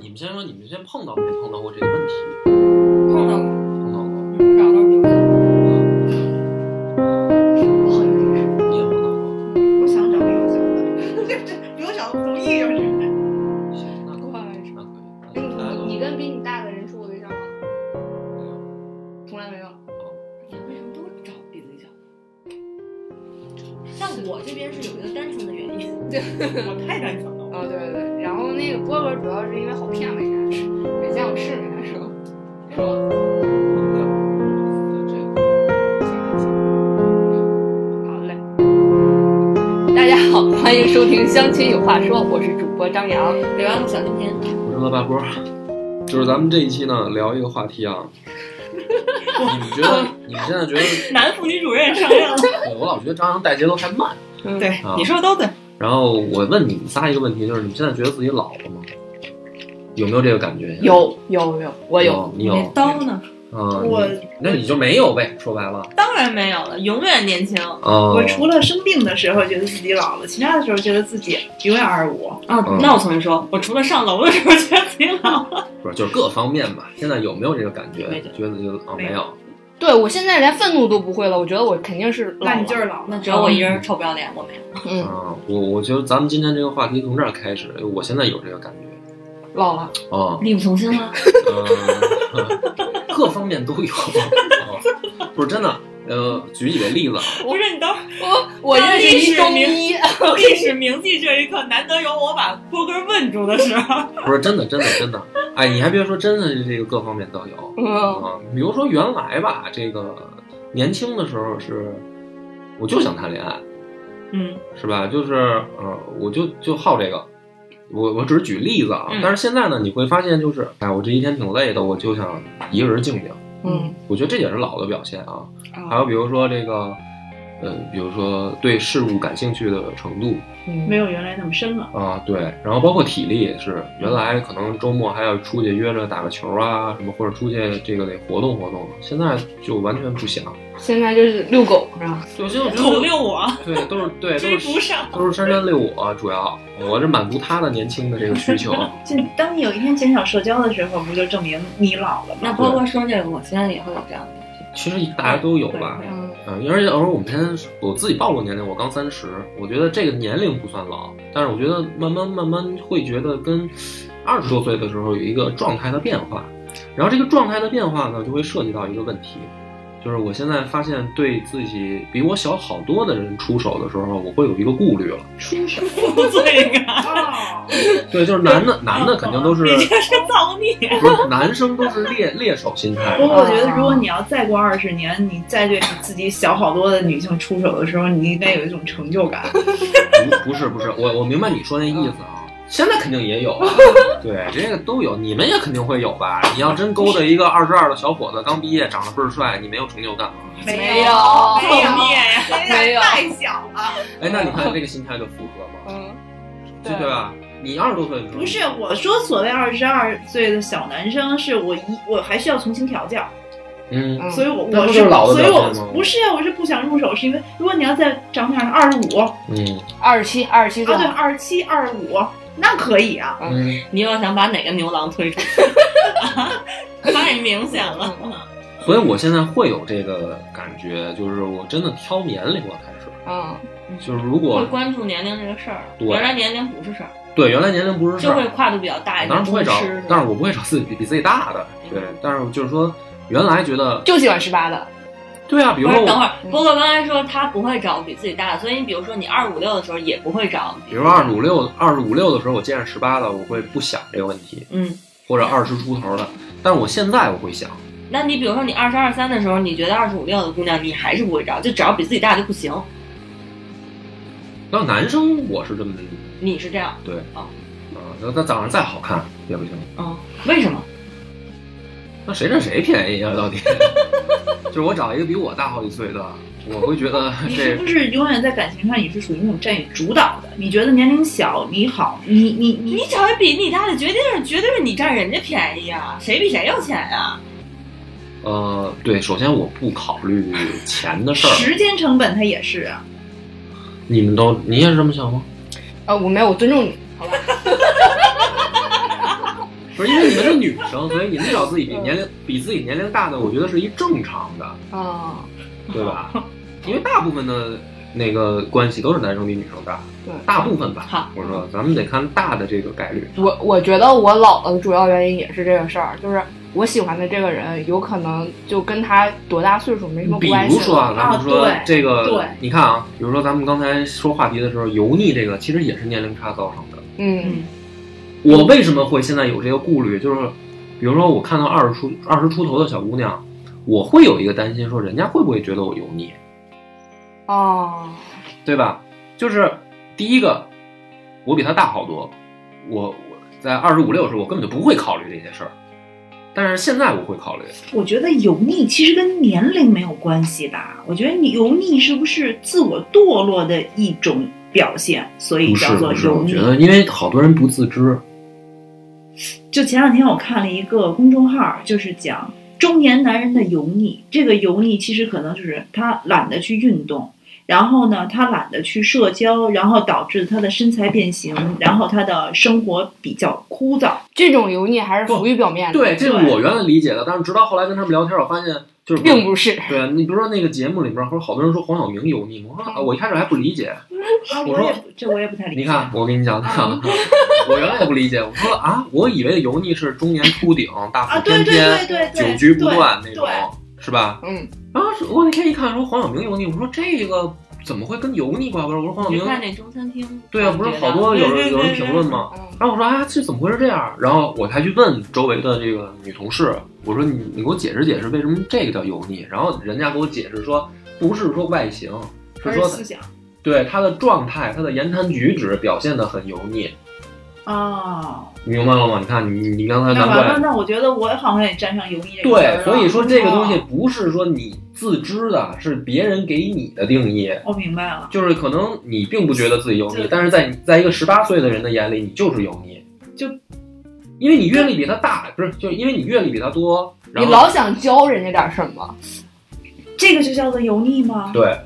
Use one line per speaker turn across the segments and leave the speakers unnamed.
你们先说，你们先碰到没碰到过这个问题？
碰到过，
碰到过，
嗯，找到病人，
我好有知识。
你也碰到过。
我想找比我小的，就是比我小的不同意，就是。
行，那可
快
以，那可
哎
以，那就来了。
你跟比你大的人处过对象吗？
没有
从来没有。
你为什么都找比自己小的？像我这边是有一个单纯的原因，我太单纯了。
哦，对对对。然后那个波哥主要是因为好骗没啥事，没见过世面的时候，是吧？
这个
行行，好嘞。大家好，欢迎收听《相亲有话说》，我是主播张扬。
北方小甜甜，
我是乐霸波，就是咱们这一期呢，聊一个话题啊。你们觉得？你们现在觉得？
男妇女主任上任了。
我老觉得张扬带节奏太慢。
对
啊
你说的都对。
然后我问你们仨一个问题，就是你们现在觉得自己老了吗？有没有这个感觉？，
有有有，我有。
你有
那哎刀呢？
啊？你
我
嗯
那你就没有呗？说白了
当然没有了，永远年轻。
哦
啊，
我除了生病的时候觉得自己老了，其他的时候觉得自己永远二十五。
啊
嗯
那我重新说，我除了上楼的时候觉得自己老，
不是就是各方面吧？现在有没有这个感觉
没？
觉得就啊
没有
没有，
对我现在连愤怒都不会了，我觉得我肯定是老了。
那你就是老了。
只有我一人臭不要脸，我没有。
嗯
啊，我我觉得咱们今天这个话题从这儿开始，我现在有这个感觉
老了。
啊，
力不从心 了。
嗯， 各方面都有，啊不是真的。呃，举几个例子啊，
不是你都
我我认识一中医，
历史铭记这一刻，难得有我把波哥问住的时 候。
不是真的，真的，真的，哎，你还别说，真的这个各方面都有，
嗯，
啊，比如说原来吧，这个年轻的时候是，我就想谈恋爱，
嗯，
是吧？就是，呃，我就就好这个。我我只是举例子啊，
嗯
但是现在呢，你会发现就是，哎，我这一天挺累的，我就想一个人静静。
嗯，
我觉得这也是老的表现啊。
哦
啊
还有比如说这个，呃，比如说对事物感兴趣的程度
没有原来那么深了。
啊，对，然后包括体力也是，原来可能周末还要出去约着打个球啊，什么或者出去这个得活动活动，现在就完全不想。
现在就是遛狗是吧？
对，就
狗遛我，
对，都是对，
追
都
不
是
上。
都是珊珊遛我，啊主要我是满足她的年轻的这个需 求。
就当你有一天减少社交的时候，不就证明你老了吗？
波哥
说这个，我现在也会有这样的。
其实大家都有吧，
对
嗯，
嗯，而且而我们先我自己暴露年龄，我刚三十，我觉得这个年龄不算老，但是我觉得慢慢慢慢会觉得跟二十多岁的时候有一个状态的变化，然后这个状态的变化呢，就会涉及到一个问题，就是我现在发现对自己比我小好多的人出手的时候，我会有一个顾虑了。
出手
负罪感，
哦，
对，就是男的男的肯定都是
哦
你这是造孽。
不是男生都是猎猎手心态
不
嘛。
过我觉得，如果你要再过二十年，你再对你自己小好多的女性出手的时候，你应该有一种成就感。
不不是不是，我我明白你说那意思
嗯
啊。现在肯定也 有啊，对，这个都有，你们也肯定会有吧？你要真勾搭一个二十二的小伙子，刚毕业，长得倍儿帅，你没有成就感吗？
没有
没有
造孽呀！
没有
太小了。
哎，那你看这个心态就符合吗？
嗯，
对对吧？你二十多岁的时候，
不是我说，所谓二十二岁的小男生，是我一我还需要重新调教，
嗯，
嗯
所以我
那
我
不就是老的
所以
表
我
现吗
不是啊，我是不想入手，是因为如果你要再长点二十五，啊
嗯
二十七，二十七
对
啊
岁，，
二十七、二十五，那可以啊。
嗯，
你又想把哪个牛郎 推出？太明显了。
所以我现在会有这个感觉，就是我真的挑年龄了，开始，
嗯，
就是如
会
果
关注年龄这个事儿，
对
原来年龄不是事儿，
对原来年龄不是事
就
儿
会，跨度比较大
我
一点。
当然不会找
吃嗯的，
但是我不会找自己比比自己大的，对，但是就是说原来觉得，
就喜欢十八的，
对啊，比如
不是
说我
等会儿，波哥刚才说他不会找比自己大的，所以你比如说你二五六的时候也不会找，
比如二十五六、二十五六的时候，我见着十八的，我会不想这个问题，
嗯，
或者二十出头的，但是我现在我会想，
那你比如说你二十二三的时候，你觉得二十五六的姑娘你还是不会找，就找比自己大就不行，
那男生我是这么，
你是这样，
啊、那他长得再好看也不行，
嗯，为什么？
那谁占谁便宜啊？到底， 就是我找一个比我大好几岁的，我会觉得
你是
这
不是永远在感情上你是属于那种占有主导的？你觉得年龄小你好，你你你
你找一比你大的，绝对是绝对是你占人家便宜啊，谁比谁有钱啊？
呃，对，首先我不考虑钱的事儿，
时间成本它也是啊。
你们都你也是这么想吗？
呃，我没有，我尊重你，好吧？
不是因为你们是女生，所以你们找自己比年龄比自己年龄大的，我觉得是一正常的，
啊，
对 吧？因为大部分的那个关系都是男生比女生大，
对
大部分吧
好。
我说咱们得看大的这个概率。
我我觉得我老了的主要原因也是这个事儿，就是我喜欢的这个人有可能就跟他多大岁数没什么
比
关系
如
了。
说啊，咱们说
对
这个
对，
你看啊，比如说咱们刚才说话题的时候，油腻这个其实也是年龄差造成的。
嗯
嗯，
我为什么会现在有这个顾虑？就是，比如说我看到二十出二十出头的小姑娘，我会有一个担心，说人家会不会觉得我油腻，
哦，
对吧？就是第一个，我比她大好多，我我在二十五六时候我根本就不会考虑这些事儿，但是现在我会考虑。
我觉得油腻其实跟年龄没有关系吧。我觉得你油腻是不是自我堕落的一种表现，所以
不
叫
是
做
不是，
油
我
腻
觉。得因为好多人不自知，
就前两天我看了一个公众号，就是讲中年男人的油腻。这个油腻其实可能就是他懒得去运动，然后呢，他懒得去社交，然后导致他的身材变形，然后他的生活比较枯燥。
这种油腻还是浮于表面的，
对，这是
哎对
我原来理解的，但是直到后来跟他们聊天，我发现就是
并不是。
对你比如说那个节目里面，或者好多人说黄晓明油腻，我说啊，我一开始还不理解，
啊，
我
我
说
也这我也不太理解。
你看，我跟你讲，
嗯
我原来也不理解，我说啊，我以为油腻是中年秃顶、大
啊，
腹
对
翩
对对
翩、
对对，
酒局不断那
对
种，是吧？
嗯，
然后我那天一看说黄晓明油腻，我说这个怎么会跟油腻挂钩？我说黄晓
你
明
看那中餐厅，
对啊，不是好多有人有人评论吗？
嗯
然后我说啊，这怎么会是这样？然后我还去问周围的这个女同事，我说你你给我解释解释为什么这个叫油腻？然后人家给我解释说，不是说外形，是
而是
说
思想
对她的状态、她的言谈举止表现的很油腻。
哦。
你明白了吗？你看你你刚才
那
难
完了，
怪
那我觉得我好像也沾上油腻这个词儿
对，
了哦
所以说这个东西不是说你自知的，是别人给你的定义。
我明白了。
就是可能你并不觉得自己油腻
对，
但是在在一个十八岁的人的眼里，你就是油腻，就因为你阅历比他大，不是就因为你阅历比他多，
你
然后
老想教人家点什么，
这个就叫做油腻吗？
对，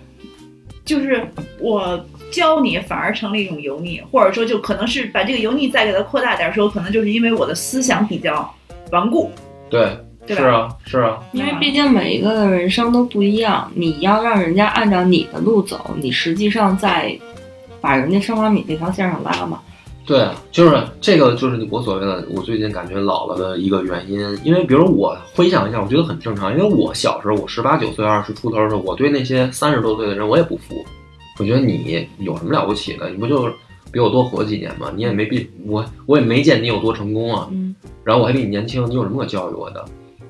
就是我教你反而成了一种油腻，或者说就可能是把这个油腻再给它扩大点儿说，可能就是因为我的思想比较顽固，
对，
对
是
吧？
啊是啊，
因为毕竟每一个的人生都不一样，你要让人家按照你的路走，你实际上在把人家生往你这条线上拉嘛。
对啊，就是这个就是我所谓的我最近感觉老了的一个原因，因为比如我回想一下，我觉得很正常，因为我小时候我十八九岁二十出头的时候，我对那些三十多岁的人我也不服，我觉得你有什么了不起的，你不就是比我多活几年吗？你也没比我我也没见你有多成功啊，
嗯，
然后我还比你年轻，你有什么可教育我的，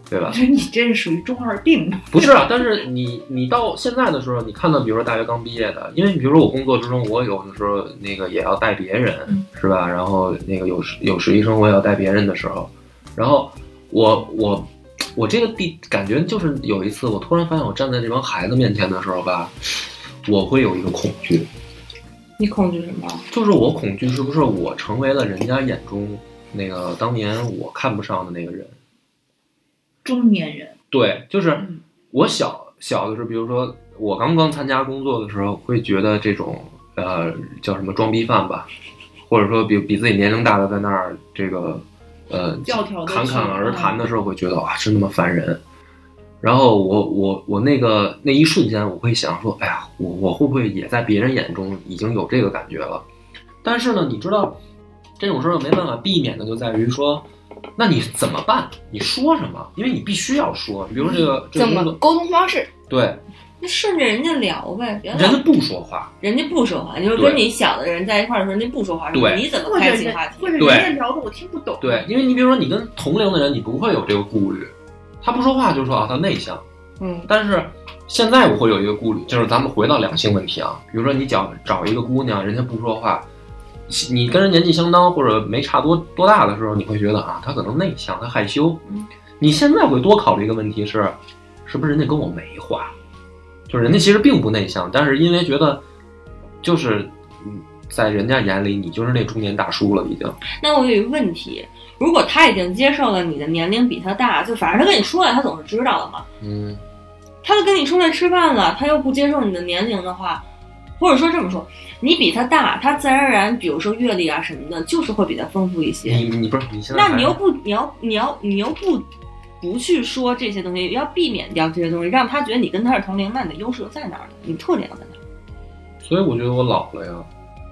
对吧
我？觉得你这是属于中二病吧？
不是啊，但是你你到现在的时候，你看到比如说大学刚毕业的，因为比如说我工作之中，我有的时候那个也要带别人，
嗯
是吧？然后那个有实有实习生我也要带别人的时候，然后我我我这个地感觉就是有一次，我突然发现我站在这帮孩子面前的时候吧，我会有一个恐惧，
你恐惧什么？
就是我恐惧是不是我成为了人家眼中那个当年我看不上的那个人。
中年人，
对，就是
嗯
我小小的时候，比如说我刚刚参加工作的时候，会觉得这种呃叫什么装逼犯吧，或者说比比自己年龄大的在那儿这个呃
教条嗯的
侃侃
去
而谈
嗯
的时候，会觉得哇真他妈烦人。然后我我我那个那一瞬间，我会想说，哎呀，我我会不会也在别人眼中已经有这个感觉了？但是呢，你知道这种时候没办法避免的，就在于说，那你怎么办？你说什么？因为你必须要说，比如这个这个工
怎么
作，
沟通方式？
对，
那顺着人家聊呗，别
人
老
家不说话，
人家不说话，就是
对
跟你小的人在一块儿的时候，人家不说话，
对
你怎么
或者
开启
人
话题？
或者人家聊的我听不懂，
对，，因为你比如说你跟同龄的人，你不会有这个顾虑，他不说话就说啊他内向，
嗯，
但是现在我会有一个顾虑，就是咱们回到两性问题啊，比如说你找找一个姑娘，人家不说话，你跟人年纪相当或者没差多多大的时候，你会觉得啊，她可能内向，她害羞
嗯。
你现在会多考虑一个问题是，是不是人家跟我没话？就是人家其实并不内向，但是因为觉得，就是嗯在人家眼里你就是那中年大叔了，已经。
那我有一个问题，如果他已经接受了你的年龄比他大，就反正他跟你说了，他总是知道的嘛。
嗯，
他都跟你出来吃饭了，他又不接受你的年龄的话，或者说这么说，你比他大，他自然而然，比如说阅历啊什么的，就是会比他丰富一些。
你你嗯不是你现在还
那你又不，你要，你要，你又不不去说这些东西，要避免掉这些东西，让他觉得你跟他是同龄，那你的优势又在哪儿呢？你特点又在哪儿？
所以我觉得我老了呀。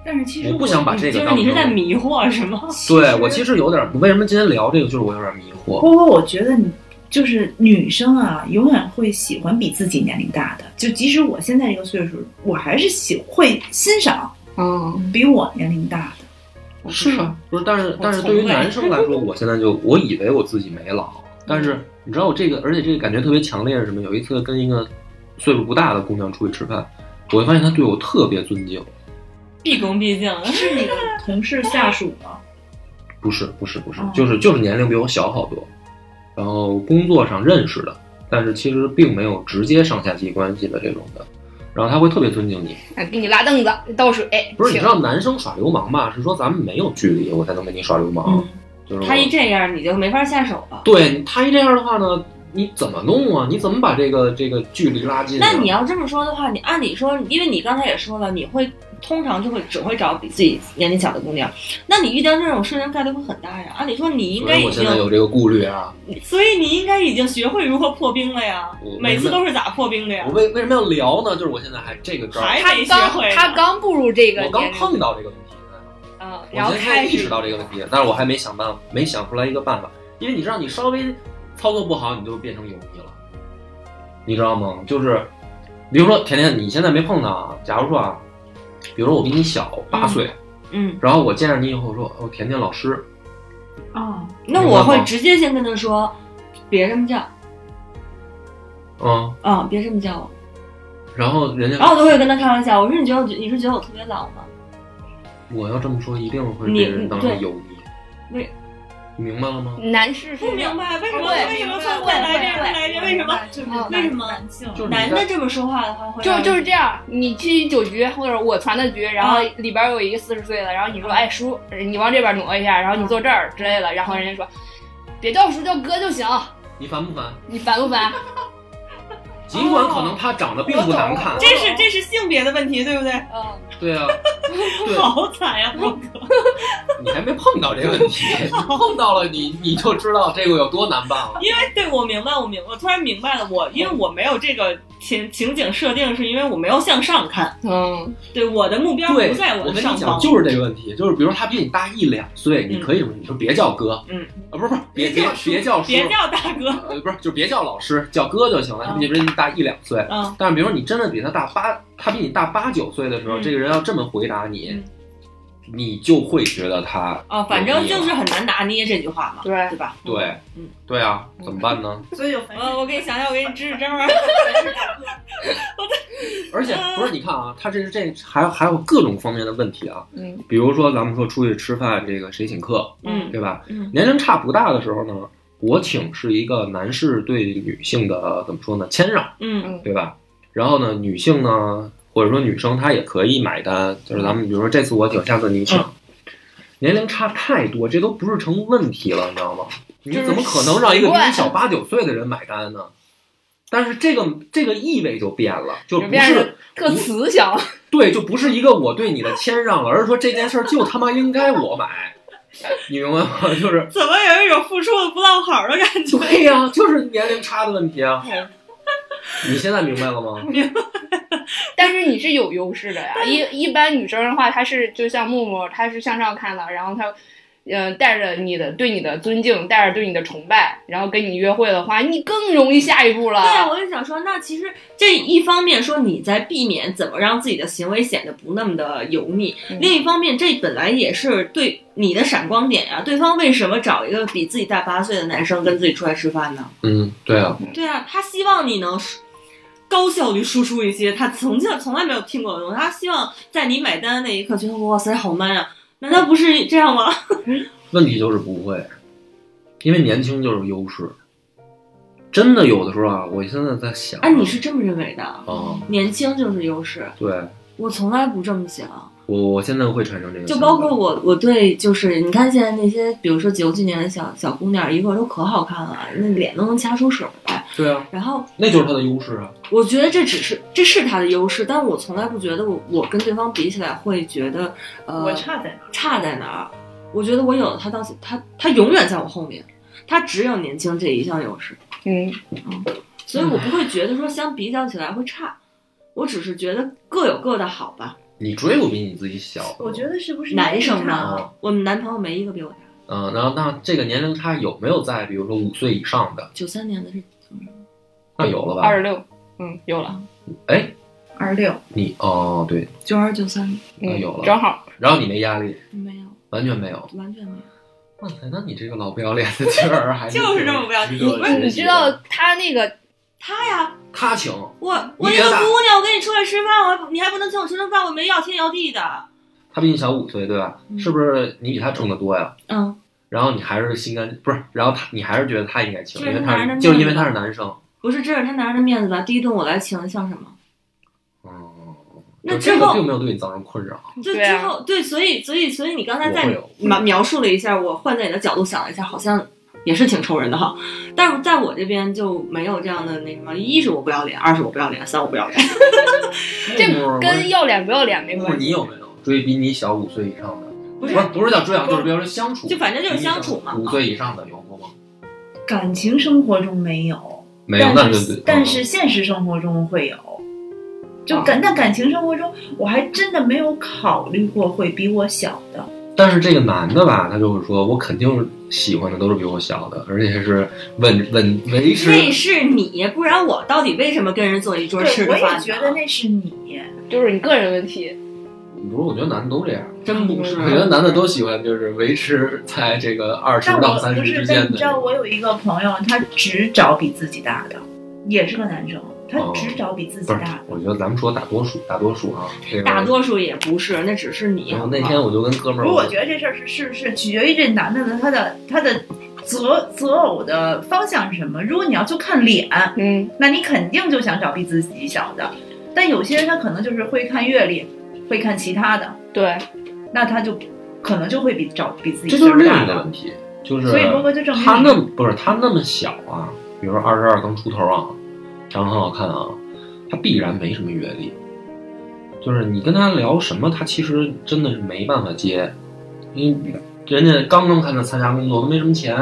但是其实
我不想把这个
就是
当
你是
成
在迷惑是吗？
对我其实有点，为什么今天聊这个，就是我有点迷惑。
波波，我觉得你就是女生啊，永远会喜欢比自己年龄大的。就即使我现在这个岁数，我还是喜会欣赏
嗯，
比我年龄大的。
我不
是啊，不是，但是但是对于男生来说，我现在就我以为我自己没老，但是你知道我这个，而且这个感觉特别强烈是什么？有一次跟一个岁数不大的姑娘出去吃饭，我会发现她对我特别尊敬。
毕恭毕敬。
是你的同事下属吗？
不是不是不是
哦，
就是就是年龄比我小好多，然后工作上认识的，但是其实并没有直接上下级关系的这种的。然后他会特别尊敬你，
哎给你拉凳子倒水，哎
不是你
请
知道男生耍流氓吧？是说咱们没有距离，我才能跟你耍流氓。
嗯
就是我
他一这样，你就没法下手了。
对他一这样的话呢，你怎么弄啊？你怎么把这个这个距离拉近啊、
那你要这么说的话，你按理说，因为你刚才也说了，你会通常就会只会找比自己年龄小的姑娘，那你遇到这种事情概率会很大呀。按理说你应
所
该
以
已
我
经
现，在有这个顾虑啊。
所以你应该已经学会如何破冰了呀
我。
每次都是咋破冰的呀
我？为为什么要聊呢？就是我现在还这个招儿，
啊还
他
没学
刚
会呢
他刚步入这个
我刚
年龄，
碰到这个问题，
嗯，然
我
后
今
开
天意
始
识到这个问题，但是我还没想办法，没想出来一个办法，因为你知道，你稍微操作不好，你就变成油腻了，你知道吗？就是，比如说甜甜，你现在没碰到啊，假如说啊，比如说我比你小八岁，
嗯，
然后我见着你以后说，哦，甜甜老师，
啊、
那我会直接先跟他说，别这么叫，
嗯，
啊，别这么叫我。
然后人家
然后我都会跟他开玩笑，我说你觉得我你是觉得我特别老吗？
我要这么说，一定会被人当成油腻。
你对
你明白了吗？
男士是
不明白 为什么
对
哦为什
明
么
白
反过来这
明
样
白
来这为什么？
就是
哦
为什么
男性
就是
男的这么说话的话会
就
让
就是这样，你去酒局或者我传的局，然后
嗯
里边有一个四十岁的，然后你说，哎叔，你往这边挪一下，然后
嗯
你坐这儿之类的，然后人家说，别叫叔叫哥就行，
你烦不烦？
你烦不 烦？
尽管可能他长得并
哦
不难看，
这是这是性别的问题，对不对？
嗯，
对 啊，对，嗯
好惨呀，波哥。
你还没碰到这个问 题，你碰到了你你就知道这个有多难办了。
因为哎对我明白，我明我突然明白了，我因为我没有这个情情景设定，是因为我没有向上看，
嗯，
对我的目标
对
不，在
我
的
跟
上
你讲，
方。
就是这个问题，就是比如他比你大一两岁，你
嗯
可以什么？你说别叫哥，
嗯，
啊，不是不是，别
别
别别叫
叫叔
叔，
别叫大哥，
呃，不是，就别叫老师，叫哥就行了。
嗯
你比如你大一两岁，
嗯，
但是比如说你真的比他大八，他比你大八九岁的时候，
嗯
这个人要这么回答你，
嗯
你就会觉得他
啊，反正就是很难拿捏这句话嘛，
对
对吧？
对，
嗯
对啊，怎么办呢？
所以有
呃，我给你想想，我给你支支招儿。
而 且不是，你看啊，他这是这还有还有各种方面的问题啊，
嗯，
比如说咱们说出去吃饭，这个谁请客，
嗯
对吧？
嗯
年龄差不大的时候呢，我请是一个男士对女性的怎么说呢，谦让，
嗯
对吧？然后呢，女性呢，或者说女生她也可以买单，就是咱们
嗯
比如说这次我请，下次你请。年龄差太多，这都不是成问题了，你知道吗？你
就是
怎么可能让一个比
习惯
你小八九岁的人买单呢？但是这个这个意味就变了，就
就
不
变
是
成特 慈祥，
对，就不是一个我对你的谦让了，而是说这件事儿就他妈应该我买，你明白吗？就是
怎么有一种付出了不落好的感 觉？
对呀、就是年龄差的问题 啊。
哎
你现在明白了吗？
但是你是有优势的呀。一一般女生的话，她是就像木木，她是向上看的，然后她，呃，带着你的对你的尊敬，带着对你的崇拜，然后跟你约会的话，你更容易下一步了。
对啊，我就想说，那其实这一方面说你在避免怎么让自己的行为显得不那么的油腻，
嗯
另一方面这本来也是对你的闪光点呀、对方为什么找一个比自己大八岁的男生跟自己出来吃饭呢？
嗯，对啊，
对啊，他希望你能输高效率输出一些他从前从来没有听过的东西，他希望在你买单的那一刻觉得哇塞好 man 啊，难道不是这样吗？
问题就是不会，因为年轻就是优势。真的，有的时候啊，我现在在想，
哎，你是这么认为的？
啊，
年轻就是优势，
对
我从来不这么想。
我我现在会产生这个想
就
法，
包括我，我对就是你看现在那些，比如说九几年的小小姑娘，一个都可好看了，那脸都能掐出水来。
对啊，
然后
那就是他的优势啊。
我觉得这只是这是他的优势，但我从来不觉得我我跟对方比起来会觉得呃
我差在哪儿？
差在哪儿？我觉得我有了他到现他他永远在我后面，他只有年轻这一项优势，
嗯，
所以我不会觉得说相比较起来会差，我只是觉得各有各的好吧。
你追过比你自己小的，
我觉得是不是
男生
呢？
呢，我们男朋友没一个比我大，
嗯，然后那这个年龄差有没有在比如说五岁以上的？
九三年的是
那有了吧？
二十六，嗯，有了，
哎，
二十六，
你哦对，
九二九三，
那
嗯，
有了
正好，
然后你没压力，
没有，
完全没有。
完全没有。
哇塞，那你这个老不要脸的劲儿还是
就是这么不要
值
脸
得
你
不嗯是你
学习
知
的
道他那个
他呀，
他请
我我
你
一
别
个
打
姑娘，我跟你出来吃饭，我你还不能请我吃顿饭，我没要天要地的。
他比你小五岁对吧？
嗯
是不是你比他挣得多呀？
嗯，
然后你还是心甘不是？然后他你还是觉得他应该请，
这
因
是
为他
男人
是
的
就是因
面
为
子
他是男生。
不是，这是他拿着面子吧？第一顿我来请，像什么？
嗯，
那
就
之
这个
后
并没有对你造成困扰。
就
对啊
之后对，所以所以所以你刚才
我
在
会有
描描述了一下，我换在你的角度想了一下，好像也是挺愁人的哈。但是在我这边就没有这样的那什么，一是我不要脸，二是我不要脸，三我不要脸。
这
木木
跟要脸不要脸没
木木
关系，
你有没有追比你小五岁以上的？
不
不
是
是不是叫追啊，
不
就是是比如说相处，
就反正就是相处嘛嗯
五岁以上的有过吗？
感情生活中没有，
没有，那
但
就是嗯对。
但是现实生活中会有。就
啊
感那感情生活中，我还真的没有考虑过会比我小的。
但是这个男的吧，他就是说我肯定喜欢的都是比我小的，而且是稳稳维持。
那是你，不然我到底为什么跟人坐一桌吃
对，
个
我
饭呢？
也觉得那是你。
就是你个人问题，
不是，我觉得男的都这样。
真不是
我。觉得男的都喜欢就是维持在这个二十
但
到
我
三
不
十
是，
之
但
间
你知道，
的。
我有一个朋友，他只找比自己大的，也是个男生，他
哦
只找比自己
不是
大，
我觉得咱们说大多数，大多数啊，这个
大。多数也不是，那只是你
然。后那天我就跟哥
的。
们
不
儿，
是，我觉得这事儿是是是取决于这男的的他的他的择择偶的方向是什么。如果你要就看脸，
嗯，
那你肯定就想找比自己小的。但有些人他可能就是会看阅历，会看其他的，
对，
那他就可能就会比找比自己
这就是
岁
另
数大
一个
的。
问题，就是
所以波哥就证明
他那么不是他那么小啊，比如说二十二刚出头啊，长得很好看啊，他必然没什么阅历，就是你跟他聊什么，他其实真的是没办法接，因为人家刚刚开始参加工作，都没什么钱，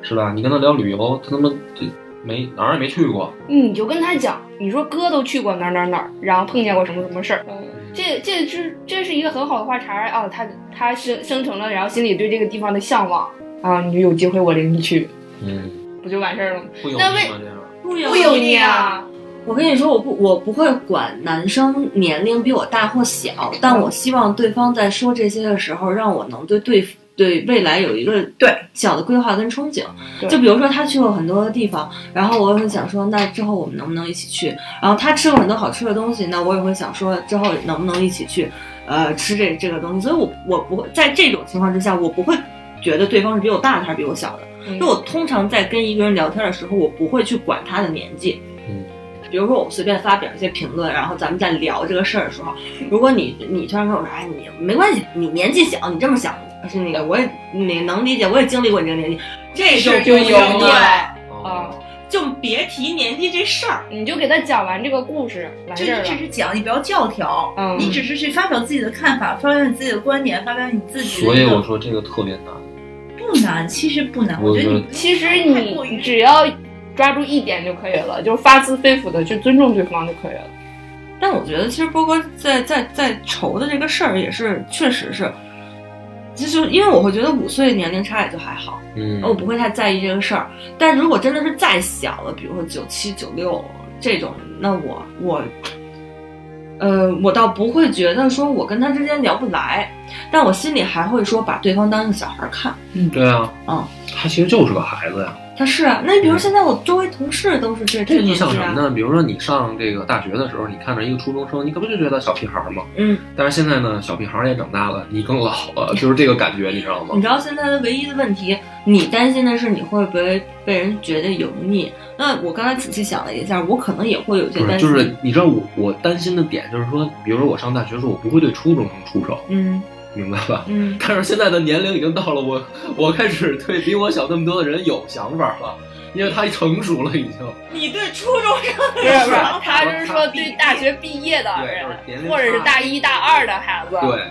是吧？你跟他聊旅游，他他妈就没哪儿也没去过，
嗯你就跟他讲，你说哥都去过哪儿哪儿哪儿，然后碰见过什么什么事儿，嗯这这是这是一个很好的话茬儿啊，他他生生成了，然后心里对这个地方的向往啊，你就有机会我领你去，
嗯，
不就完事儿了吗？
会有
那
吗
为？
这样？
不油
不油腻啊，
我跟你说，我不我不会管男生年龄比我大或小，但我希望对方在说这些的时候，让我能对对对未来有一个
对
小的规划跟憧憬
对。
就比如说他去过很多的地方，然后我会想说，那之后我们能不能一起去？然后他吃过很多好吃的东西，那我也会想说，之后能不能一起去？呃，吃这这个东西。所以我我不会在这种情况之下，我不会觉得对方是比我大的还是比我小的。
嗯
就我通常在跟一个人聊天的时候，我不会去管他的年纪。
嗯，
比如说我随便发表一些评论，然后咱们在聊这个事儿的时候，如果你你突然跟我说，哎，你没关系，你年纪小，你这么想是那个，我也你能理解，我也经历过你这个年纪，这时候
就
不
有对
用管，
哦，
就别提年纪这事儿。
嗯你就给他讲完这个故事，完
就
事
你
儿
只
了。
是讲，你不要教条，
嗯
你只是去发表自己的看法，发表你自己的观点，发表你自己的
所
一
以
个。
我说这个特别难。
不难，其实不难，
我
我觉得
觉
你
得
其实
太过
你
于
只要抓住一点就可以了，就是发自肺腑的去尊重对方就可以了。
但我觉得，其实波哥在在在愁的这个事儿也是，确实是，就是因为我会觉得五岁年龄差也就还好。
嗯，
哦
我不会太在意这个事儿。但如果真的是再小了，比如说九七、九六这种，那我我，呃，我倒不会觉得说我跟他之间聊不来，但我心里还会说把对方当一个小孩儿看。
对啊，
嗯，
哦
他其实就是个孩子呀。
他是啊，那比如
嗯
现在我周围同事都是这
这就
年
像
纪
什么
啊，
呢？比如说你上这个大学的时候，你看着一个初中生，你可不就觉得小屁孩儿吗？
嗯。
但是现在呢，小屁孩儿也长大了，你更老了，就是这个感觉，你知道吗
你？知道现在的唯一的问题，你担心的是你会不会被人觉得油腻？那我刚才仔细想了一下，我可能也会有一些
不是，
担心。
就是你知道我我担心的点就是说，比如说我上大学的时候，我不会对初中生出手，
嗯，
明白吧？
嗯，
但是现在的年龄已经到了我，我开始对比我小那么多的人有想法了，因为他成熟了已经。
你对初中生
不是
啊
不是，他就是说对大学毕业的
对就是年
人，
龄
或者是大一大二的孩子，
对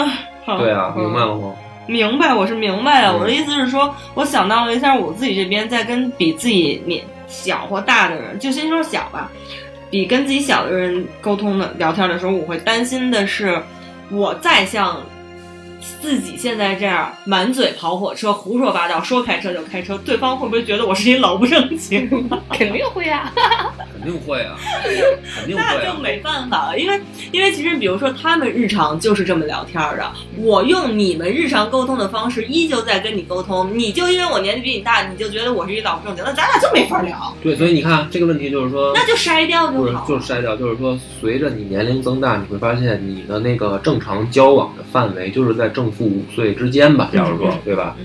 啊，好
对啊，
嗯
明白了吗？
明白，我是明白了。
嗯
我的意思是说，我想到了一下我自己这边，在跟比自己年小或大的人，就先说小吧，比跟自己小的人沟通的聊天的时候，我会担心的是，我再像自己现在这样满嘴跑火车、胡说八道，说开车就开车，对方会不会觉得我是一老不正经？
肯定会啊。
肯定会啊，肯定会
那就
啊。
没办法了，因为因为其实比如说他们日常就是这么聊天儿的，我用你们日常沟通的方式依旧在跟你沟通，你就因为我年纪比你大，你就觉得我是一老不正经，那咱俩就没 法聊，
对，所以你看这个问题就是说，
那就筛掉就
不是
好。
就是筛掉，就是说，随着你年龄增大，你会发现你的那个正常交往的范围就是在正负五岁之间吧，假如说，对吧
嗯？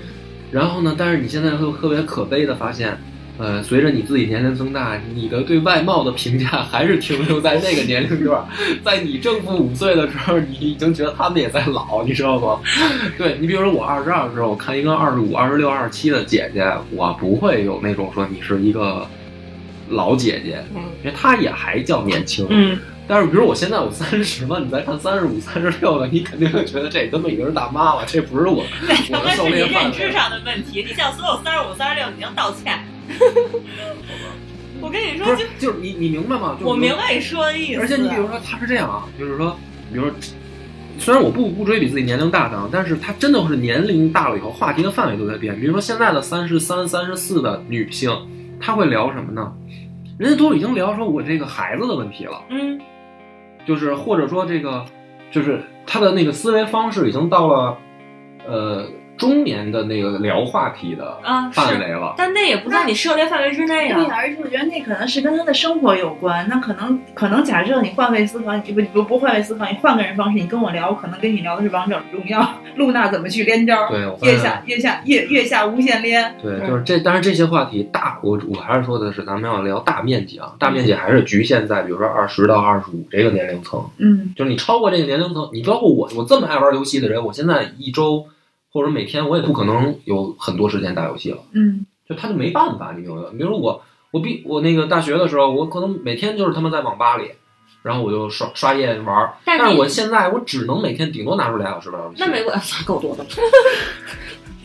然后呢，但是你现在会特别可悲的发现，呃，随着你自己年龄增大，你的对外貌的评价还是停留在那个年龄段儿，在你正负五岁的时候，你已经觉得他们也在老，你知道吗？ 对你，比如说我二十二的时候，我看一个二十五、二十六、二十七的姐姐，我不会有那种说你是一个老姐姐，
嗯
因为她也还叫年轻。
嗯，
但是比如我现在我三十了，你再看三十五、三十六的，你肯定会觉得这他妈已经是大妈了，这不是我
嗯
我的狩猎范围。
上的问题，你像所有三十五、三十六，你要道 歉。我跟你
不是，就是你你明白吗？就是
白你说的意啊
而且你比如说他是这样啊，就是说，比如说，虽然我不不追比自己年龄大的啊，但是他真的是年龄大了以后，话题的范围都在变。比如说现在的三十三、三十四的女性，她会聊什么呢？人家都已经聊说我这个孩子的问题了，
嗯，
就是或者说这个，就是她的那个思维方式已经到了，呃，中年的那个聊话题的
啊
范
是，
围了。
但那也不在你涉猎范围之内
对
啊
呀，。而且我觉得那可能是跟他的生活有关。那可能可能假设你换位思考，你不不不换位思考，你换个人方式，你跟我聊，我可能跟你聊的是王者荣耀，露娜怎么去连招，
对，我嗯发
月
现
下月下月月下无限连。
对，
嗯
就是这，当然这些话题大，我我还是说的是，咱们要聊大面积啊，大面积还是局限在比如说二十到二十五这个年龄层，
嗯，
就是你超过这个年龄层，你包括我，我这么爱玩游戏的人，我现在一周或者每天我也不可能有很多时间打游戏了，
嗯，
就他就没办法，你明白吗？比如我，我比我那个大学的时候，我可能每天就是他妈在网吧里，然后我就刷刷夜玩儿，
但是
但是
你
我现在我只能每天顶多拿出俩小时玩游戏，
那没我够多的。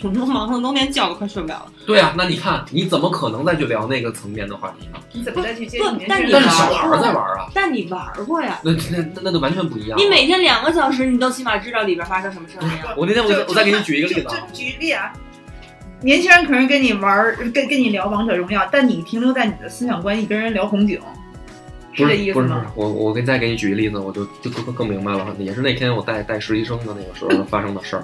我都忙上冬天觉都快睡不了了。
对啊，那你看你怎么可能再去聊那个层面的话题呢？
你怎么再去接
不
你的
但
事
你
但
儿
是
呢
小孩儿在玩儿啊。
但你玩过呀？
那那那那就完全不一样了。
你每天两个小时，你都起码知道里边发生什么事儿了呀。
我那天我
就
再我再给你举一个例子
就
啊，
就举例啊，年轻人可能跟你玩儿，跟跟你聊王者荣耀，但你停留在你的思想关系跟人聊红警，
不
这
是
意
不
思
是不是
吗？，
我我给再给你举一个例子，我就就更更明白了，也是那天我带带实习生的那个时候 发生的事儿。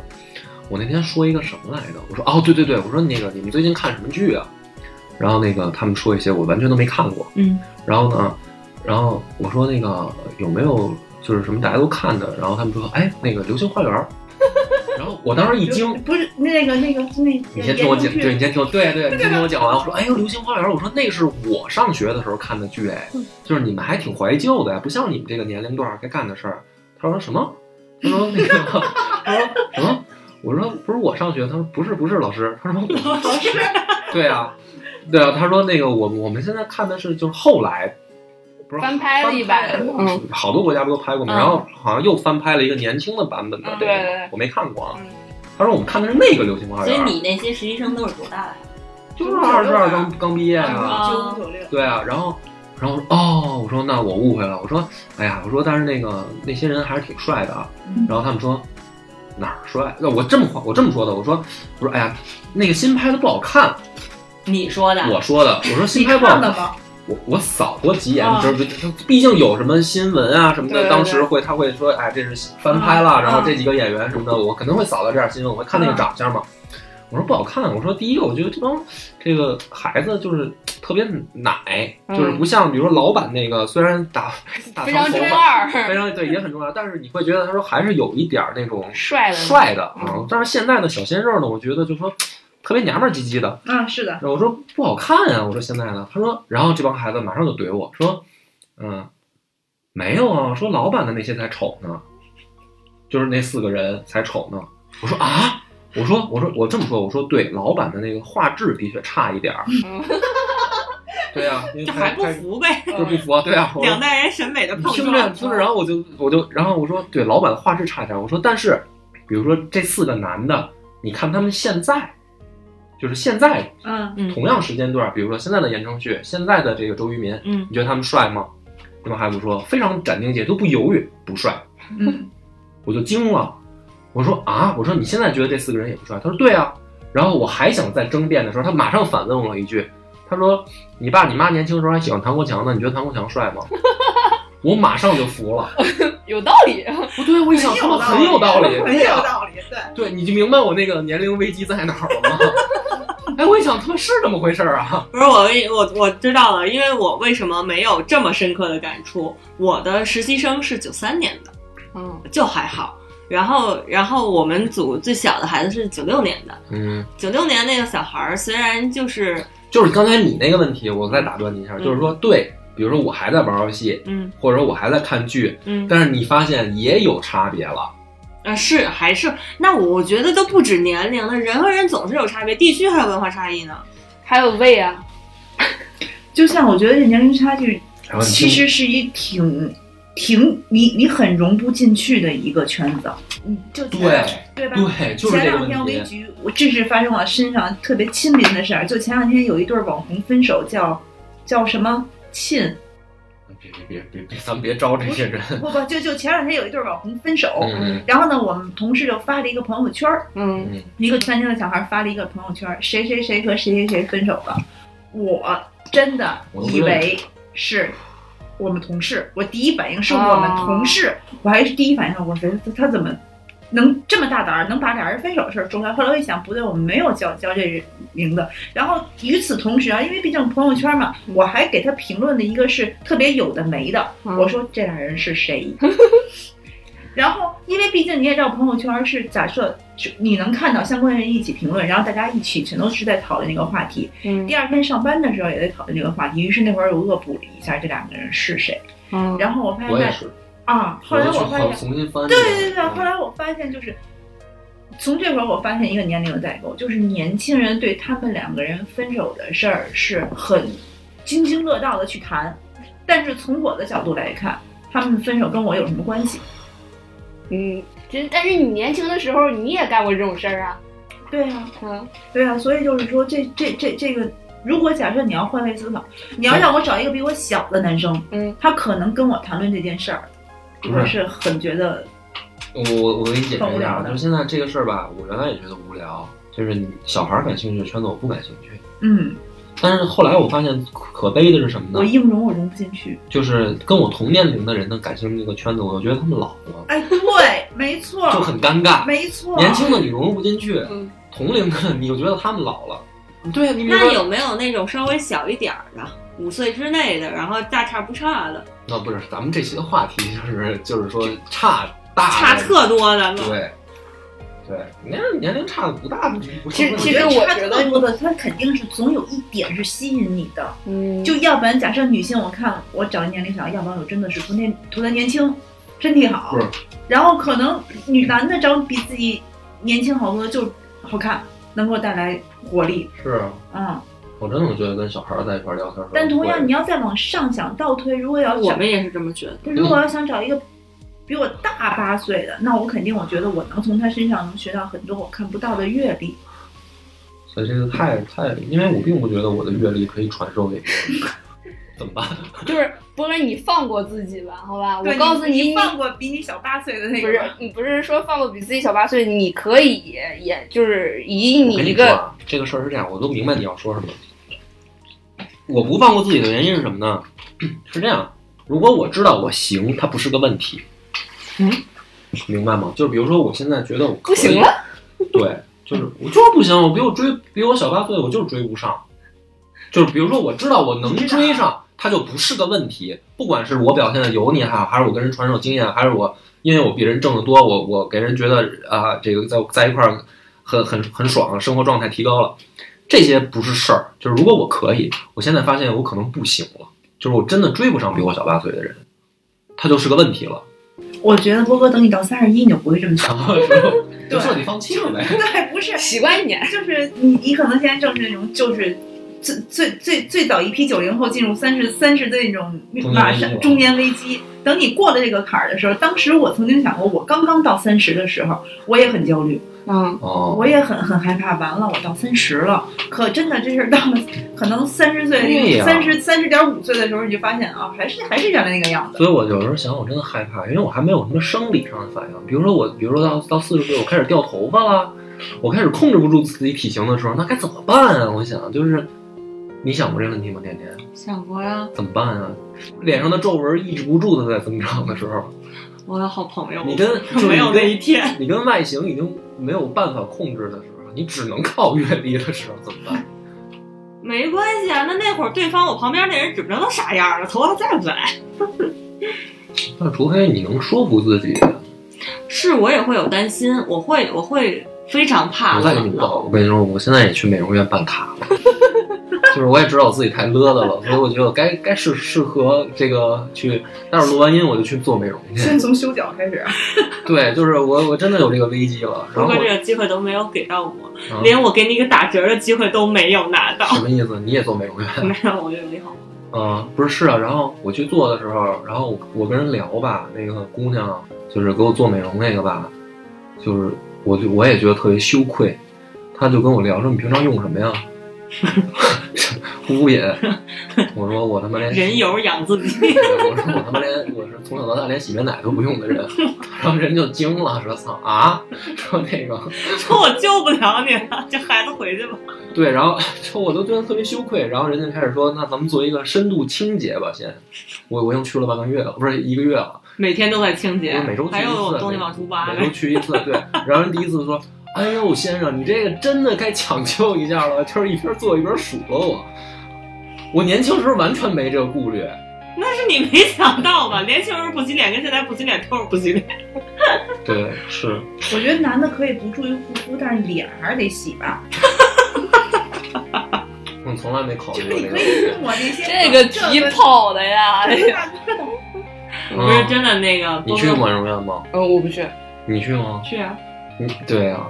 我那天说一个什么来着？我说哦对对对，我说那个你们最近看什么剧啊？然后那个他们说一些我完全都没看过，
嗯，
然后呢，然后我说那个有没有就是什么大家都看的？然后他们说哎那个《流星花园》， 然后我当时一惊，
不是那个那个那个，
你先听我讲，对，你先听我，对对，你先
对
听我讲完。我说，哎呦，《流星花园》，我说那是我上学的时候看的剧，哎，就是你们还挺怀旧的，不像你们这个年龄段儿该干的事儿。他说什么？他说那个， 他说什么？我说不是我上学，他说不是不是老师，他说我
老师，
对啊，对啊，他说那个我我们现在看的是就是后来不是
翻拍了一版
翻拍
嗯
好多国家不都拍过吗？
嗯
然后好像又翻拍了一个年轻的版本的
嗯，
那
对对
个
对
我没看过啊
嗯。
他说我们看的是那个《流星花
所
园》，
以你那些实习生都是多大呀？
就是二十二刚刚毕业啊，
九五九六，
对啊，然后然后我说哦，我说那我误会了，我说哎呀，我说但是那个那些人还是挺帅的啊，
嗯
然后他们说哪儿帅？那我这么话我这么说的，我说我说哎呀，那个新拍的不好看，
你说的。
我说的，我说新
你
拍不好
看了
看，
吗？
我我扫过几眼
啊，
就是毕竟有什么新闻啊什么
对
的，
对
当时会他会说哎这是翻拍了，
啊
然后这几个演员什么的，我肯定会扫到这样新闻，我会看那个
啊
长相嘛。我说不好看，我说第一个，我觉得这帮这个孩子就是特别奶，
嗯
就是不像比如说老板那个，虽然 打打
非
长
常
头
中
发，非
二，
常对也很重要，但是你会觉得他说还是有一点儿那种
帅的，
帅的啊、
嗯
但是现在的小鲜肉呢，我觉得就说特别娘们儿唧唧的。
啊，是的，
然后我说不好看啊，我说现在呢，他说，然后这帮孩子马上就怼我说，嗯，没有啊，说老板的那些才丑呢。就是那四个人才丑呢。我说啊，我说我说我这么说，我说对，老版的那个画质的确差一点儿。
嗯
对呀、因为
这
他
还不
他
服呗？
就是不服啊，对啊，我说
两代人审美的碰
听着
撞，
听着，然后我就我就然后我说，对，老板画质差一点。我说，但是比如说这四个男的，你看他们现在，就是现在
嗯，
嗯
同样时间段，比如说现在的言承旭，现在的这个周渝民，
嗯
你觉得他们帅吗？对方还不说，非常斩钉截铁，都不犹豫，不帅。
嗯，
我就惊了，我说啊，我说你现在觉得这四个人也不帅？他说对啊。然后我还想再争辩的时候，他马上反问我一句，他说你爸你妈年轻时候还喜欢唐国强呢，你觉得唐国强帅吗？ 我马上就服了。
有道理。
不对，我一想他们很有道理，
很
对
有
呀、
道理，对。
对，你就明白我那个年龄危机在哪儿了吗？ 哎，我一想他们是这么回事儿啊，
不是我为我我知道了，因为我为什么没有这么深刻的感触？我的实习生是九三年的，
嗯，
就还好。然后，然后我们组最小的孩子是九六年的，
嗯。
九六年那个小孩儿虽然就是，
就是刚才你那个问题，我再打断你一下，
嗯
就是说，对，比如说我还在玩游戏，
嗯
或者说我还在看剧，
嗯，
但是你发现也有差别了。
呃，是还是那我觉得都不止年龄了，人和人总是有差别，地区还有文化差异呢。
还有胃啊，
就像我觉得这年龄差距
然后你
其
听
实是一挺挺你你很融不进去的一个圈子，嗯，就前
对
对吧？
对，就是
前
这个
两天我
问
给你
题。
举一个，我这是发生我身上特别亲民的事儿。就前两天有一对网红分手叫，叫什么沁，
别别别别别，咱们别招这些人。
不不，就就前两天有一对网红分手，
嗯
然后呢，我们同事就发了一个朋友圈儿，
嗯，
嗯
一个全年的小孩发了一个朋友圈儿，谁谁谁和谁谁谁分手了，我真的以为是。我们同事，我第一反应是我们同事，我还是第一反应，我觉得他怎么能这么大胆儿，能把俩人分手的事儿说出来？后来我一想，不对，我们没有叫叫这人名字。然后与此同时啊，因为毕竟朋友圈嘛，我还给他评论了一个是特别有的没的，
嗯
我说这俩人是谁？ 然后，因为毕竟你也知道，朋友圈是假设是你能看到相关人一起评论，然后大家一起全都是在讨论那个话题。
嗯
第二天上班的时候也在讨论这个话题，于是那会儿我恶补了一下这两个人是谁，
嗯
然后我发
我也
现
是，
啊，后来
我
我发
去
现
重新翻。
对对对，后来我发现就是，从这会儿我发现一个年龄的代沟，就是年轻人对他们两个人分手的事儿是很津津乐道的去谈，但是从我的角度来看，他们分手跟我有什么关系？
嗯，真但是你年轻的时候你也干过这种事儿啊，
对啊，
嗯，
对啊，所以就是说这这这这个。如果假设你要换位思考，你要让我找一个比我小的男生，
嗯，
他可能跟我谈论这件事儿，
不是
我是很觉得，
嗯我我给你解释
受不
一
了
下啊，
的
就是现在这个事儿吧，我原来也觉得无聊，就是你小孩儿感兴趣的圈子我不感兴趣。
嗯，
但是后来我发现可悲的是什么
我
呢？
硬融我融不进去。
就是跟我同年龄的人的感情那个圈子，我觉得他们老了，
哎，对，没错，
就很尴尬。
没错，
年轻的你融入不进去
嗯，
同龄的你又觉得他们老了。对啊，你比如
那
说，
有没有那种稍微小一点儿的，五岁之内的，然后大差不差的，
那不是咱们这期的话题就是就是说差大
差
的
特多的？
对对，年年龄差的不大，不
其实
不
其实我
他
觉
特
得
多的，他肯定是总有一点是吸引你的，
嗯
就要不然假设女性，我看我找一年龄小，要不然我真的是图那图他年轻，身体好
不是，
然后可能女男的找比自己年轻好多就好看，能给我带来活力，
是啊，
嗯。
我真的觉得跟小孩儿在一块儿聊天儿的时候，
但同样，
会
你要再往上想倒推，如果要
我
找
们也是这么觉得。
如
嗯
果要想找一个比我大八岁的，那我肯定我觉得我能从他身上能学到很多我看不到的阅历。
所以这个太太，因为我并不觉得我的阅历可以传授给别人，怎么办？
就是波哥，你放过自己吧，好吧？我
对
告诉
你
你，
放过比你小八岁的那
不
个
是
吧
你不是说放过比自己小八岁，你可以也就是以你
我跟
一
你说
个
啊，这个事儿是这样，我都明白你要说什么。我不放过自己的原因是什么呢？ 是这样，如果我知道我行，它不是个问题。
嗯，
明白吗？就是比如说，我现在觉得我可
不
以
行，了，
对，就是我就是不行，我比我追比我小八岁，我就是追不上。就是比如说，我知道我能追上，它就不是个问题。不管是我表现的油腻还好，还是我跟人传授经验，还是我因为我比人挣得多，我我给人觉得啊、这个在在一块儿很很很爽，生活状态提高了，这些不是事儿。就是如果我可以，我现在发现我可能不行了，就是我真的追不上比我小八岁的人，他就是个问题了。
我觉得波哥，等你到三十一，你就不会这么 想。
然后说
对
就彻底放弃了呗。
对，不是
习惯一点。
就是你，你可能现在正是那种，就是最最最最早一批九零后进入三十三十的那种
年
马
危机
上
了
中年危机。等你过了这个坎儿的时候，当时我曾经想过，我刚刚到三十的时候，我也很焦虑，
嗯，
哦，
我也很很害怕。完了，我到三十了，可真的这事儿到了，可能三十
对
岁、
呀
三十三十点五岁的时候，你就发现啊，还是还是原来那个 样子。
所以我有时候想，我真的害怕，因为我还没有什么生理上的反应。比如说我，比如说到到四十岁，我开始掉头发了，我开始控制不住自己体型的时候，那该怎么办啊？我想，就是你想过这个问题吗？甜甜，
想过呀，
怎么办啊？脸上的皱纹抑制不住的在增长的时候，
我的好朋友，
你跟就是
没有
你跟
那一天。
你跟外形已经没有办法控制的时候，你只能靠阅历的时候怎么办？
没关系啊，那那会儿对方我旁边那人指不定都啥样了，头发在不在？
那除非你能说服自己，
是我也会有担心，我会我会非常怕
我再给你
冷的。
报，我跟你说，我现在也去美容院办卡了， 就是我也知道我自己太邋遢了，所以我觉得我该该适适合这个去。待会儿录完音我就去做美容去。
先从修脚开始，啊
对，就是我我真的有这个危机了。然
不
后
过
我
这个机会都没有给到我，
啊
连我给你一个打折的机会都没有拿到。
什么意思？你也做美容院？
没有，我就没有。
嗯，不是是啊，然后我去做的时候，然后我跟人聊吧，那个姑娘就是给我做美容那个吧，就是我就我也觉得特别羞愧，她就跟我聊说你平常用什么呀？ 护肤 品，我说我他妈连
人油养自己，
我说我他妈连我是从小到大连洗面奶都不用的 人，然后人就惊了，说操啊，说那个
说我救不了你了，这孩子回去吧。
对，然后说我都觉得特别羞愧，然后人家开始说那咱们做一个深度清洁吧，先，我我已经去了半个月了，不是一个月了。
每天都在清洁，
我每周去一次
还有东西往出挖
每周
呗。
去一次，对。然后人第一次说：“哎呦，先生，你这个真的该抢救一下了。”就是一边做一边数落我。我年轻时候完全没这个顾虑，
那是你没想到吧？年轻人不洗脸，跟现在不洗脸都是不洗脸。
对，是
我觉得男的可以不注意护肤，但是脸还是得洗吧。
我从来没考虑
就是
过
你
这个问题。
可以用我那
这
些
个题跑的 呀，
不是真的那个，
嗯你去过美容院吗？
嗯，我不去，
你去吗？
去啊？
你对啊。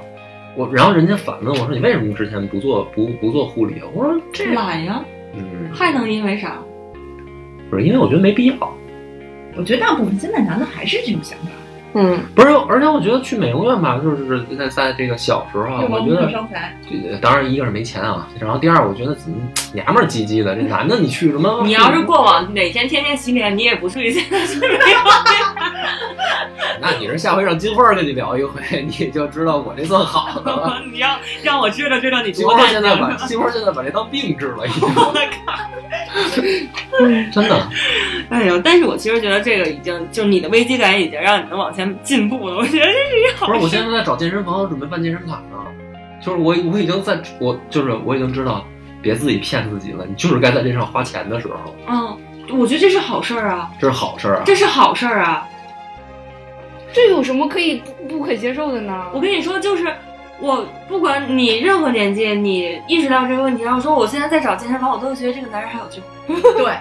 我然后人家反问我说：“你为什么之前不做不不做护理？”啊我说：“这
懒呀，
嗯，
还能因为啥？
不是因为我觉得没必要。”
我觉得大部分现在男的还是这种想法，
嗯，
不是，而且我觉得去美容院吧，就是在在这个小时候啊，
又
我
毛
觉
病
得
又伤财。
这当然一个是没钱啊，然后第二我觉得怎么娘们儿唧唧的，这男的你去什么？
你要是过往哪天天天洗脸，你也不至于 现在是没有。
那你是下回让金花儿跟你聊一回，你就知道我这算好的了。
你要让我知道知道你
金
多
花
大
儿现在把金花儿现在把这当病治了，已经真的。
哎呦，但是我其实觉得这个已经就是你的危机感已经让你能往前进步了，我觉得这是一个
不
好
是，我
事。
现在在找健身房，准备办健身卡呢。就是我我已经在我就是我已经知道，别自己骗自己了，你就是该在这上花钱的时候，
嗯，我觉得这是好事儿啊，
这是好事儿啊。
这是好事儿啊。
这有什么可以不不可接受的呢
我？跟你说，就是我不管你任何年纪，你意识到这个问题，然后说我现在在找健身房，我都会觉得这个男人还有救，
对，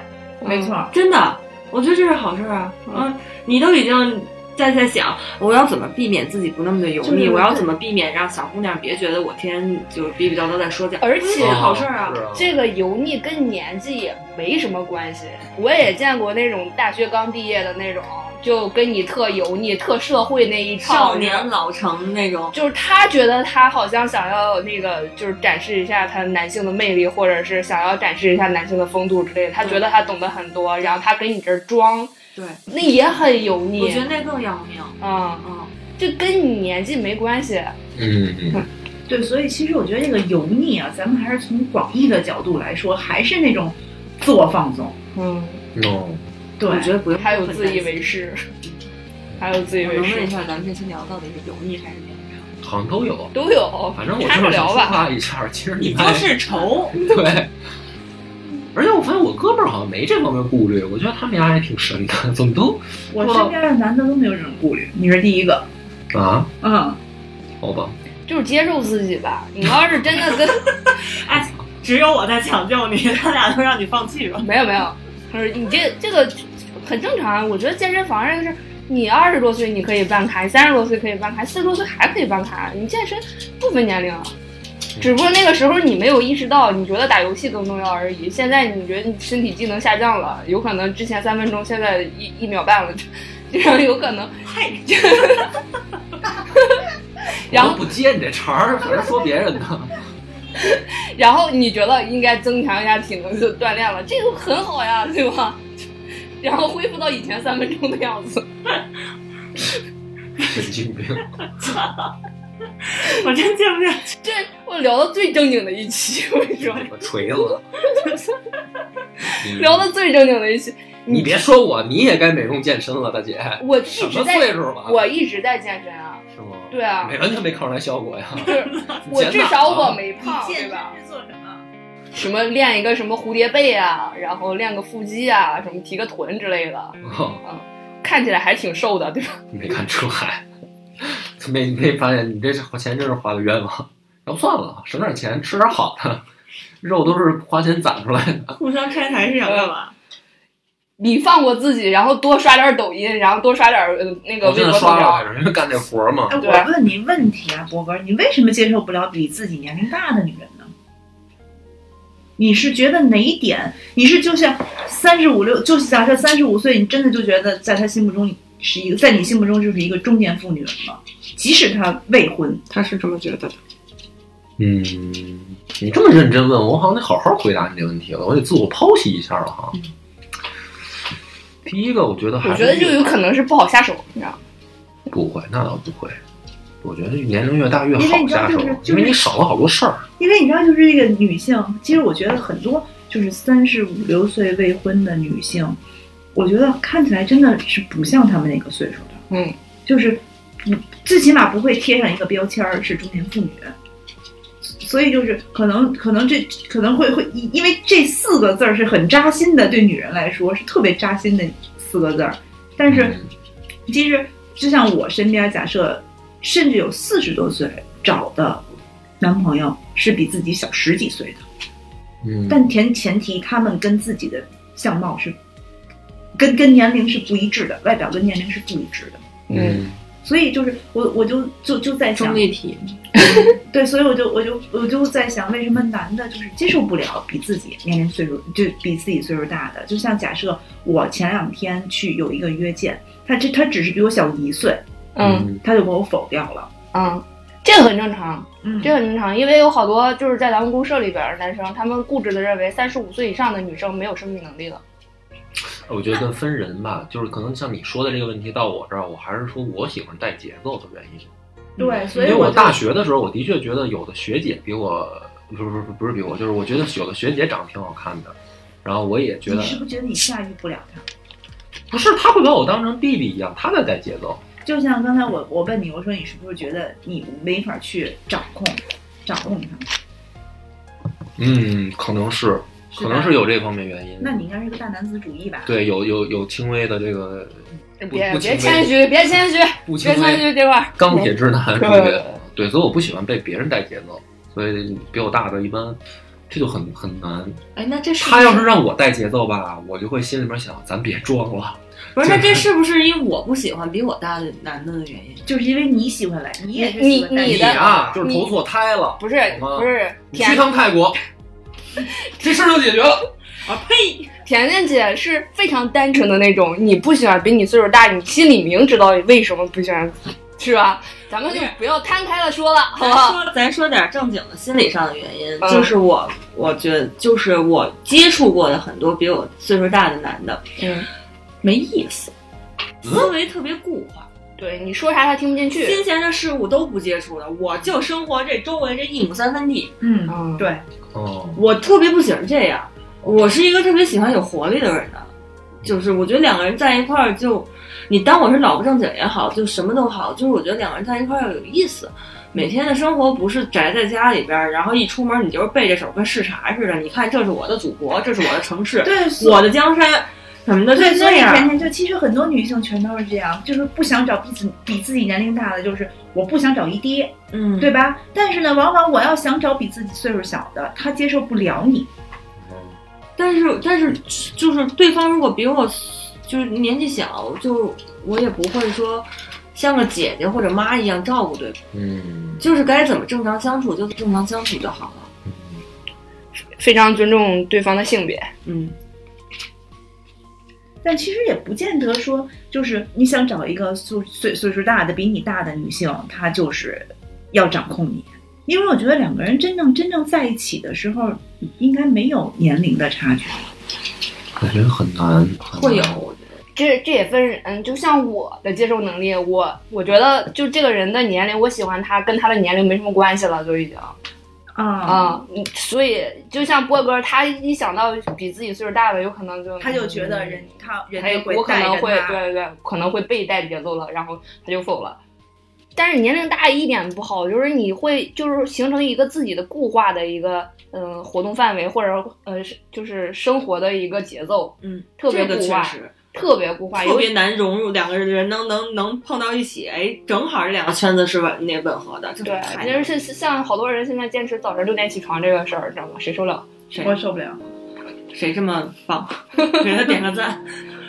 没错。
真的，我觉得这是好事儿啊。
嗯
嗯，你都已经。在在想我要怎么避免自己不那么的油
就
腻，
是
我要怎么避免让小姑娘别觉得我天天就是逼逼叨叨在说教，
而且
这是好事儿啊。
是啊
这个油腻跟年纪也没什么关系，我也见过那种大学刚毕业的那种，就跟你特油腻、特社会那一套
少年，老成那种，
就是他觉得他好像想要那个，就是展示一下他男性的魅力，或者是想要展示一下男性的风度之类的。他觉得他懂得很多，然后他跟你这儿装，
对，
那也很油腻。
我觉得那更要命。
啊、
嗯，
这跟你年纪没关系。
嗯嗯。
对，所以其实我觉得这个油腻啊，咱们还是从广义的角度来说，还是那种自我放纵。
嗯，
哦，
对，
我觉得不用。
还有自以为是，还有自以
啊
为
我能问一
是，
下，咱们这期聊到底是油腻还是绵长？
好像都有。
都有。
反正我
插
就
着
是想
聊
抒
吧。
发一下，其实你
都
们
是愁，
对。而且我发现我哥们儿好像没这方面顾虑，我觉得他们家还挺神的，怎么都
我身边的男的都没有这种顾虑，你是第一个。
啊？
嗯，
好吧，
就是接受自己吧。你要是真的跟
只有我在抢救你， 他俩都让你放弃了。
没有没有，不是你这这个很正常啊。我觉得健身房这个事儿，你二十多岁你可以办卡，你三十多岁可以办卡，四十多岁还可以办卡，你健身不分年龄啊。只不过那个时候你没有意识到，你觉得打游戏更重要而已。现在你觉得你身体机能下降了，有可能之前三分钟，现在一一秒半了， 这样有可能。
太
然
我
后
都不接你这茬儿，反正说别人的。
然后你觉得应该增强一下体能，就锻炼了，这个很好呀， 对吧？然后恢复到以前三分钟的样子。
神经病。
我真见不了。
这我聊到最正经的一期，我跟你说，
我锤 了。你
聊到最正经的一期。
你别说我，你也该美容健身了，大姐。
我一
什
直
么岁
在，
数啊了？
我一直在健身啊，
是吗？
对啊，
没完全没看出来效果呀。
就是
啊
我至少我没胖，对吧？
是做什么？
什么练一个什么蝴蝶背啊，然后练个腹肌啊，什么提个臀之类的，
哦，
看起来还挺瘦的，对吧？
没看出来，没没发现你这钱真是花的冤枉。要不算了，省点钱吃点好的，肉都是花钱攒出来的。
互相拆台是想干嘛？
你放过自己，然后多刷点抖音，然后多刷点呃那个
我
微
现在
博头
刷了，
条。
反正干这活儿嘛
哎，。
对啊
我问你问题啊，博哥，你为什么接受不了比自己年龄大的女人呢？你是觉得哪一点？你是就像三十五六，就是假设三十五岁，你真的就觉得在他心目中你是一个，在你心目中就是一个中年妇女了吗？即使她未婚，
他是这么觉得的。
嗯，你这么认真问我，好像得好好回答你这问题了，我得自我剖析一下了哈。第一个，我觉得还
我
是
觉得就有可能是不好下手，你知道吗？
不会，那倒不会。我觉得年龄越大越
因为
好
你知道
下手，
就是就是
因为你少了好多事儿。
因为你知道，就是这个女性，其实我觉得很多就是三十五六岁未婚的女性，我觉得看起来真的是不像她们那个岁数的，
嗯，
就是不最起码不会贴上一个标签儿是中年妇女。所以就是可能可能这可能会会因因为这四个字儿是很扎心的，对女人来说是特别扎心的四个字儿，但是。
嗯
其实就像我身边，假设甚至有四十多岁找的男朋友是比自己小十几岁的，
嗯，
但前前提他们跟自己的相貌是跟跟年龄是不一致的，外表跟年龄是不一致的。
嗯，
所以就是我我就就就在想
中，立体，
对，所以我就我就我就在想，为什么男的就是接受不了比自己年龄岁数就比自己岁数大的？就像假设我前两天去有一个约见，他这他只是比我小一岁，
嗯
他就给我否掉了。
嗯，这个很正常，
嗯，
这个很正常，因为有好多就是在咱们公社里边儿的男生，他们固执的认为三十五岁以上的女生没有生育能力了。
我觉得分人吧，就是可能像你说的这个问题到我这儿，我还是说我喜欢带节奏的原因。
对，所
因
以
为嗯我
就
大学的时候，我的确觉得有的学姐比我，不是不是不是比我，就是我觉得有的学姐长得挺好看的，然后我也觉
你
得
是不是觉得你驾驭不了他？
不是，她会把我当成弟弟一样，她在带节奏。
就像刚才我我问你，我说你是不是觉得你没法去掌控掌控他？
嗯，可能是，
是
可
吧
能是有这方面原因。
那你应该是个大男子主义吧？
对有有有轻微的这个不
别
不
别
轻
谦
微
虚，别谦虚，
不轻
别谦
微
虚这块儿。
钢铁直男
对
属于对，所以我不喜欢被别人带节奏，所以比我大的一般这就很很难。
哎，那这是不
他要是让我带节奏吧，我就会心里面想，咱别装了。
不是那这是不是因为我不喜欢比我大的男的的原因？
就是因为你喜欢来，你也是
你
喜欢带
你
你
的
啊，就是投错胎了，
不是
好吗
不是，
你去
甜
趟泰国，这事儿就解决了。
啊甜甜姐是非常单纯的那种，你不喜欢比你岁数大，你心里明知道你为什么不喜欢，是吧？咱们就不要摊开了说了，好不好？
咱说点正经的心理上的原因，
嗯
就是我，我觉得就是我接触过的很多比我岁数大的男的
嗯，
没意思，
嗯
思维特别固化，
对，你说啥他听不进去。
新鲜的事物都不接触了，我就生活这周围这一亩三分地，
嗯，
嗯，
对，
哦，
我特别不喜欢这样。我是一个特别喜欢有活力的人的，就是我觉得两个人在一块儿就，你当我是老不正经也好，就什么都好，就是我觉得两个人在一块儿要有意思。每天的生活不是宅在家里边儿，然后一出门你就是背着手跟视察似的。你看，这是我的祖国，这是我的城市，
对，
我的江山，什么的，
对，
就
所
这
以甜
样。
甜就其实很多女性全都是这样，就是不想找比自比自己年龄大的，就是我不想找一爹，
嗯，
对吧？但是呢，往往我要想找比自己岁数小的，他接受不了你。
但是但是就是对方如果比我就是年纪小，就我也不会说像个姐姐或者妈一样照顾对方，
嗯，
就是该怎么正常相处就正常相处就好了。
非常尊重对方的性别。
嗯，
但其实也不见得说，就是你想找一个岁岁岁数大的比你大的女性，她就是要掌控你，因为我觉得两个人真正真正在一起的时候，应该没有年龄的差距。
感觉很难，很难
会有，我觉得
这这也分人，嗯，就像我的接受能力，我我觉得就这个人的年龄，我喜欢他跟他的年龄没什么关系了，就已经
啊、
啊、嗯所以就像波哥，他一想到比自己岁数大的，有可能就
他就觉得人他人
哎
家，会
我可
带
能
着
会
他
对对对，可能会被带节奏了，然后他就否了。但是年龄大一点不好，就是你会就是形成一个自己的固化的一个嗯、呃活动范围，或者呃是就是生活的一个节奏，
嗯，
特别
这个
固
确
化，
实
特别固化，
特
尤
别难融入两个人能能能碰到一起，哎，正好这两个圈子是吻那吻合的，这
对，
太
就是像像好多人现在坚持早晨六点起床这个事儿，知道吗？谁受得了？
谁
我受不了。
谁这么棒，给他点个赞，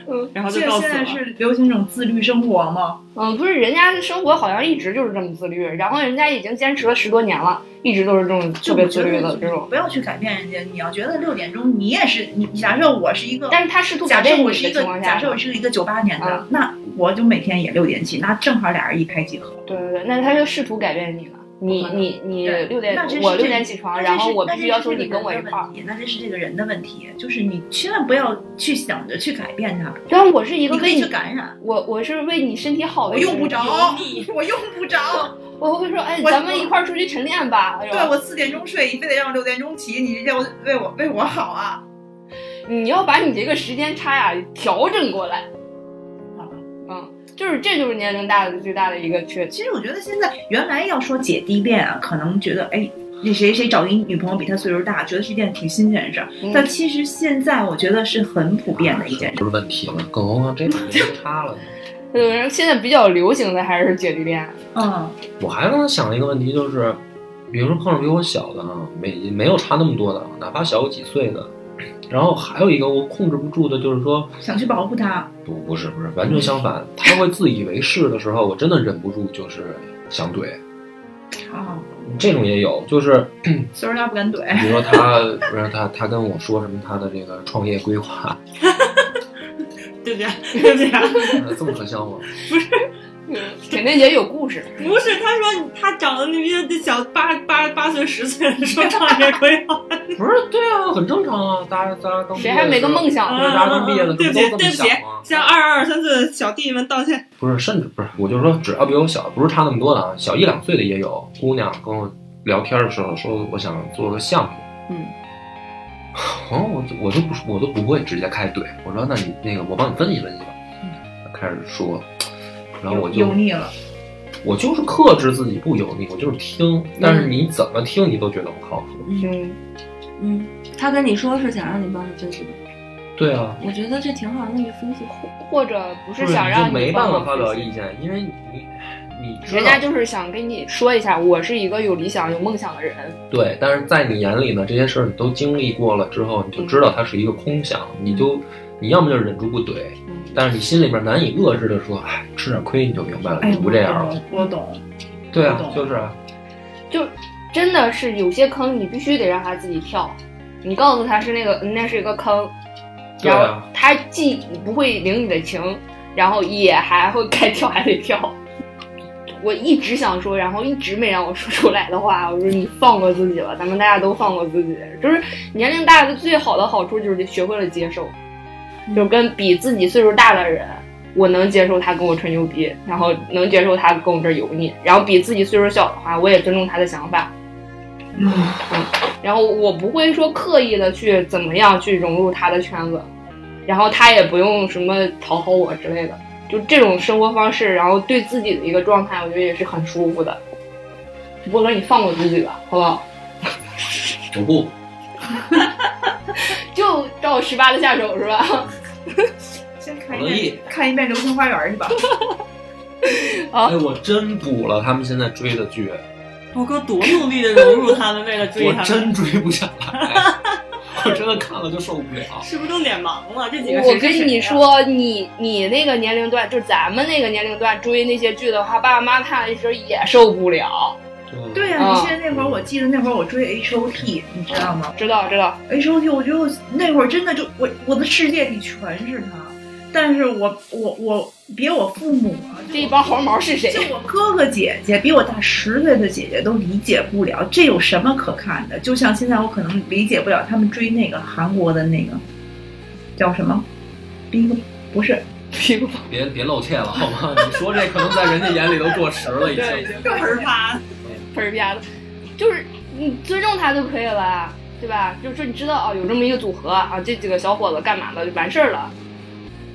嗯
然后就
现
告
现
诉
在
我
是流行这种自律生活吗？
嗯，不是，人家生活好像一直就是这么自律，然后人家已经坚持了十多年了，一直都是这种特
就
别
我
自
觉得
律的
你
这种。
不要去改变人家。你要觉得六点钟你也是你，假设我是一个，
但是他试图改
假
变
设
你
我
的
是一
情
个，
况下，
假设我是一个九八年的，
嗯
那我就每天也六点起，那正好俩人一拍即合。
对对对，那他就试图改变你了。你你你
对
六点
那真，是
我
这
六点起床，然后我必须要求你跟我一块儿。。
那真是这个人的问题，就是你千万不要去想着去改变他，
但是我是一个
你可
为
以
你
去，感染。
我我是为你身体好的
我
一个人。
用不着
油腻，
我用不着。
我会说，哎，
我
咱们一块儿出去晨练吧。哎呦
对我四点钟睡，你非得让我六点钟起，你要为我为我好啊！
你要把你这个时间差呀、调整过来。
好吧
嗯，就是这就是年龄大的最大的一个缺点。
其实我觉得现在原来要说姐弟恋啊，可能觉得哎，那谁谁找一女朋友比他岁数大，觉得是一件挺新鲜的事儿。
嗯
但其实现在我觉得是很普遍的一件事
不。是问题了，更何况这个年龄差了。
对，现在比较流行的还是姐弟恋。
嗯，
我还刚想了一个问题，就是，比如说碰上比我小的啊，没没有差那么多的，啊哪怕小我几岁的，然后还有一个我控制不住的，就是说，
想去保护他，
不不是不是，完全相反，他会自以为是的时候，我真的忍不住就是想怼，
啊、
这种也有，就是
岁数大不敢怼。
比如说他，比如说他他跟我说什么他的这个创业规划，
就这样，就这样。
呃这么可笑吗？
嗯肯定也有故事，
不是，他说他找的那些小八八八岁十岁的说创业规 划，
不是，对啊，很正常啊，大家大家刚
谁还没个梦想
对，
呢？
大家刚毕业的时
对
候都这么
不起嗯对不
想
起
啊，
向二十二三岁的小弟弟们道歉。
不是，甚至不是，我就是说，只要比我小，不是差那么多的啊，小一两岁的也有姑娘跟我聊天的时候说，我想做个项目，
嗯，
然后我就我就不我都不会直接开始怼，我说那你那个我帮你分析分析吧，开始说，然后我就
油腻了，
我就是克制自己不油腻，我就是听，但是你怎么听你都觉得不靠谱，
嗯，
嗯，他跟你说是想让你帮他分析吧，
对啊，
我觉得这挺好，那就分析。
或者不是
不
想让
你就没办
帮
法
忙
发表
分析
意见，因为你你知道
人家就是想跟你说一下，我是一个有理想、有梦想的人。
对，但是在你眼里呢，这些事儿你都经历过了之后，你就知道它是一个空想，你就你要么就忍住不怼，
嗯，
但是你心里边难以遏制的说，哎，吃点亏你就明白了，
哎
你，不这样了。
我懂，
对啊
我，懂
就是啊，
就真的是有些坑，你必须得让他自己跳。你告诉他是那个，那是一个坑，
对
然
啊
后，他既不会领你的情，然后也还会该跳还得跳。我一直想说，然后一直没让我说出来的话，我说你放过自己吧，咱们大家都放过自己。就是年龄大的最好的好处就是学会了接受，就跟比自己岁数大的人，我能接受他跟我吹牛逼，然后能接受他跟我这儿油腻，然后比自己岁数小的话，我也尊重他的想法，
嗯，
然后我不会说刻意的去怎么样去融入他的圈子，然后他也不用什么讨好我之类的，就这种生活方式，然后对自己的一个状态，我觉得也是很舒服的。波哥，你放过自己吧，好不好？
我不，
就照十八的下手 是吧？
先看
我乐
一
意
遍，看一遍《流星花园》 去吧。
哎，我真补了他们现在追的剧，
我哥多努力的融入他们，为了追
我
他们。
真追不下来。我真的看了就受不了。
是不是都脸盲了？这几个
我
谁是谁
跟你
啊，
说，你你那个年龄段，就是咱们那个年龄段追那些剧的话，爸爸妈妈看了一时也受不了。
对呀、
啊
你现在那会儿，我记得那会儿我追 H O T，你知道吗
知道知道，
？H O T，我觉得我那会儿真的就我我的世界里全是他，但是我我我别我父母啊，就
这一帮黄毛是 谁
就？我哥哥姐姐比我大十岁的姐姐都理解不了，这有什么可看的？就像现在我可能理解不了他们追那个韩国的那个叫什么 Big，不是
屁股
嗯别别露怯了好吗？你说这可能在人家眼里都过时了，已经。
对，已经
盆儿啪，
喷儿啪的，就是你尊重他就可以了，对吧？就是你知道哦，有这么一个组合啊，这几个小伙子干嘛的就完事儿了，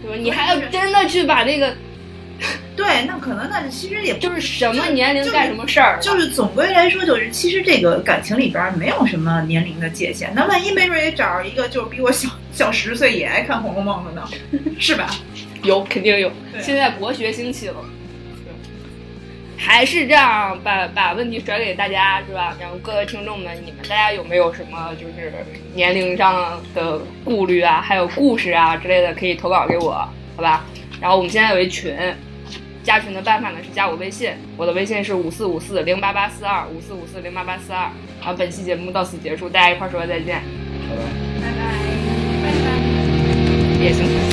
对吧？你还要真的去把那个
对，那可能那其实也不
就是什么年龄干什么事儿，
就是总归来说，就是其实这个感情里边儿没有什么年龄的界限。那万一没准儿也找一个就是比我小小十岁也爱看《红楼梦》的呢，是吧？
有肯定有。
对
现在博学兴起了，还是这样把把问题甩给大家是吧？然后各位听众们，你们大家有没有什么就是年龄上的顾虑啊，还有故事啊之类的，可以投稿给我，好吧？然后我们现在有一群，加群的办法呢是加我微信，我的微信是五四五四零八八四二五四五四零八八四二。然后本期节目到此结束，大家一块儿说再见，
好吧
也行。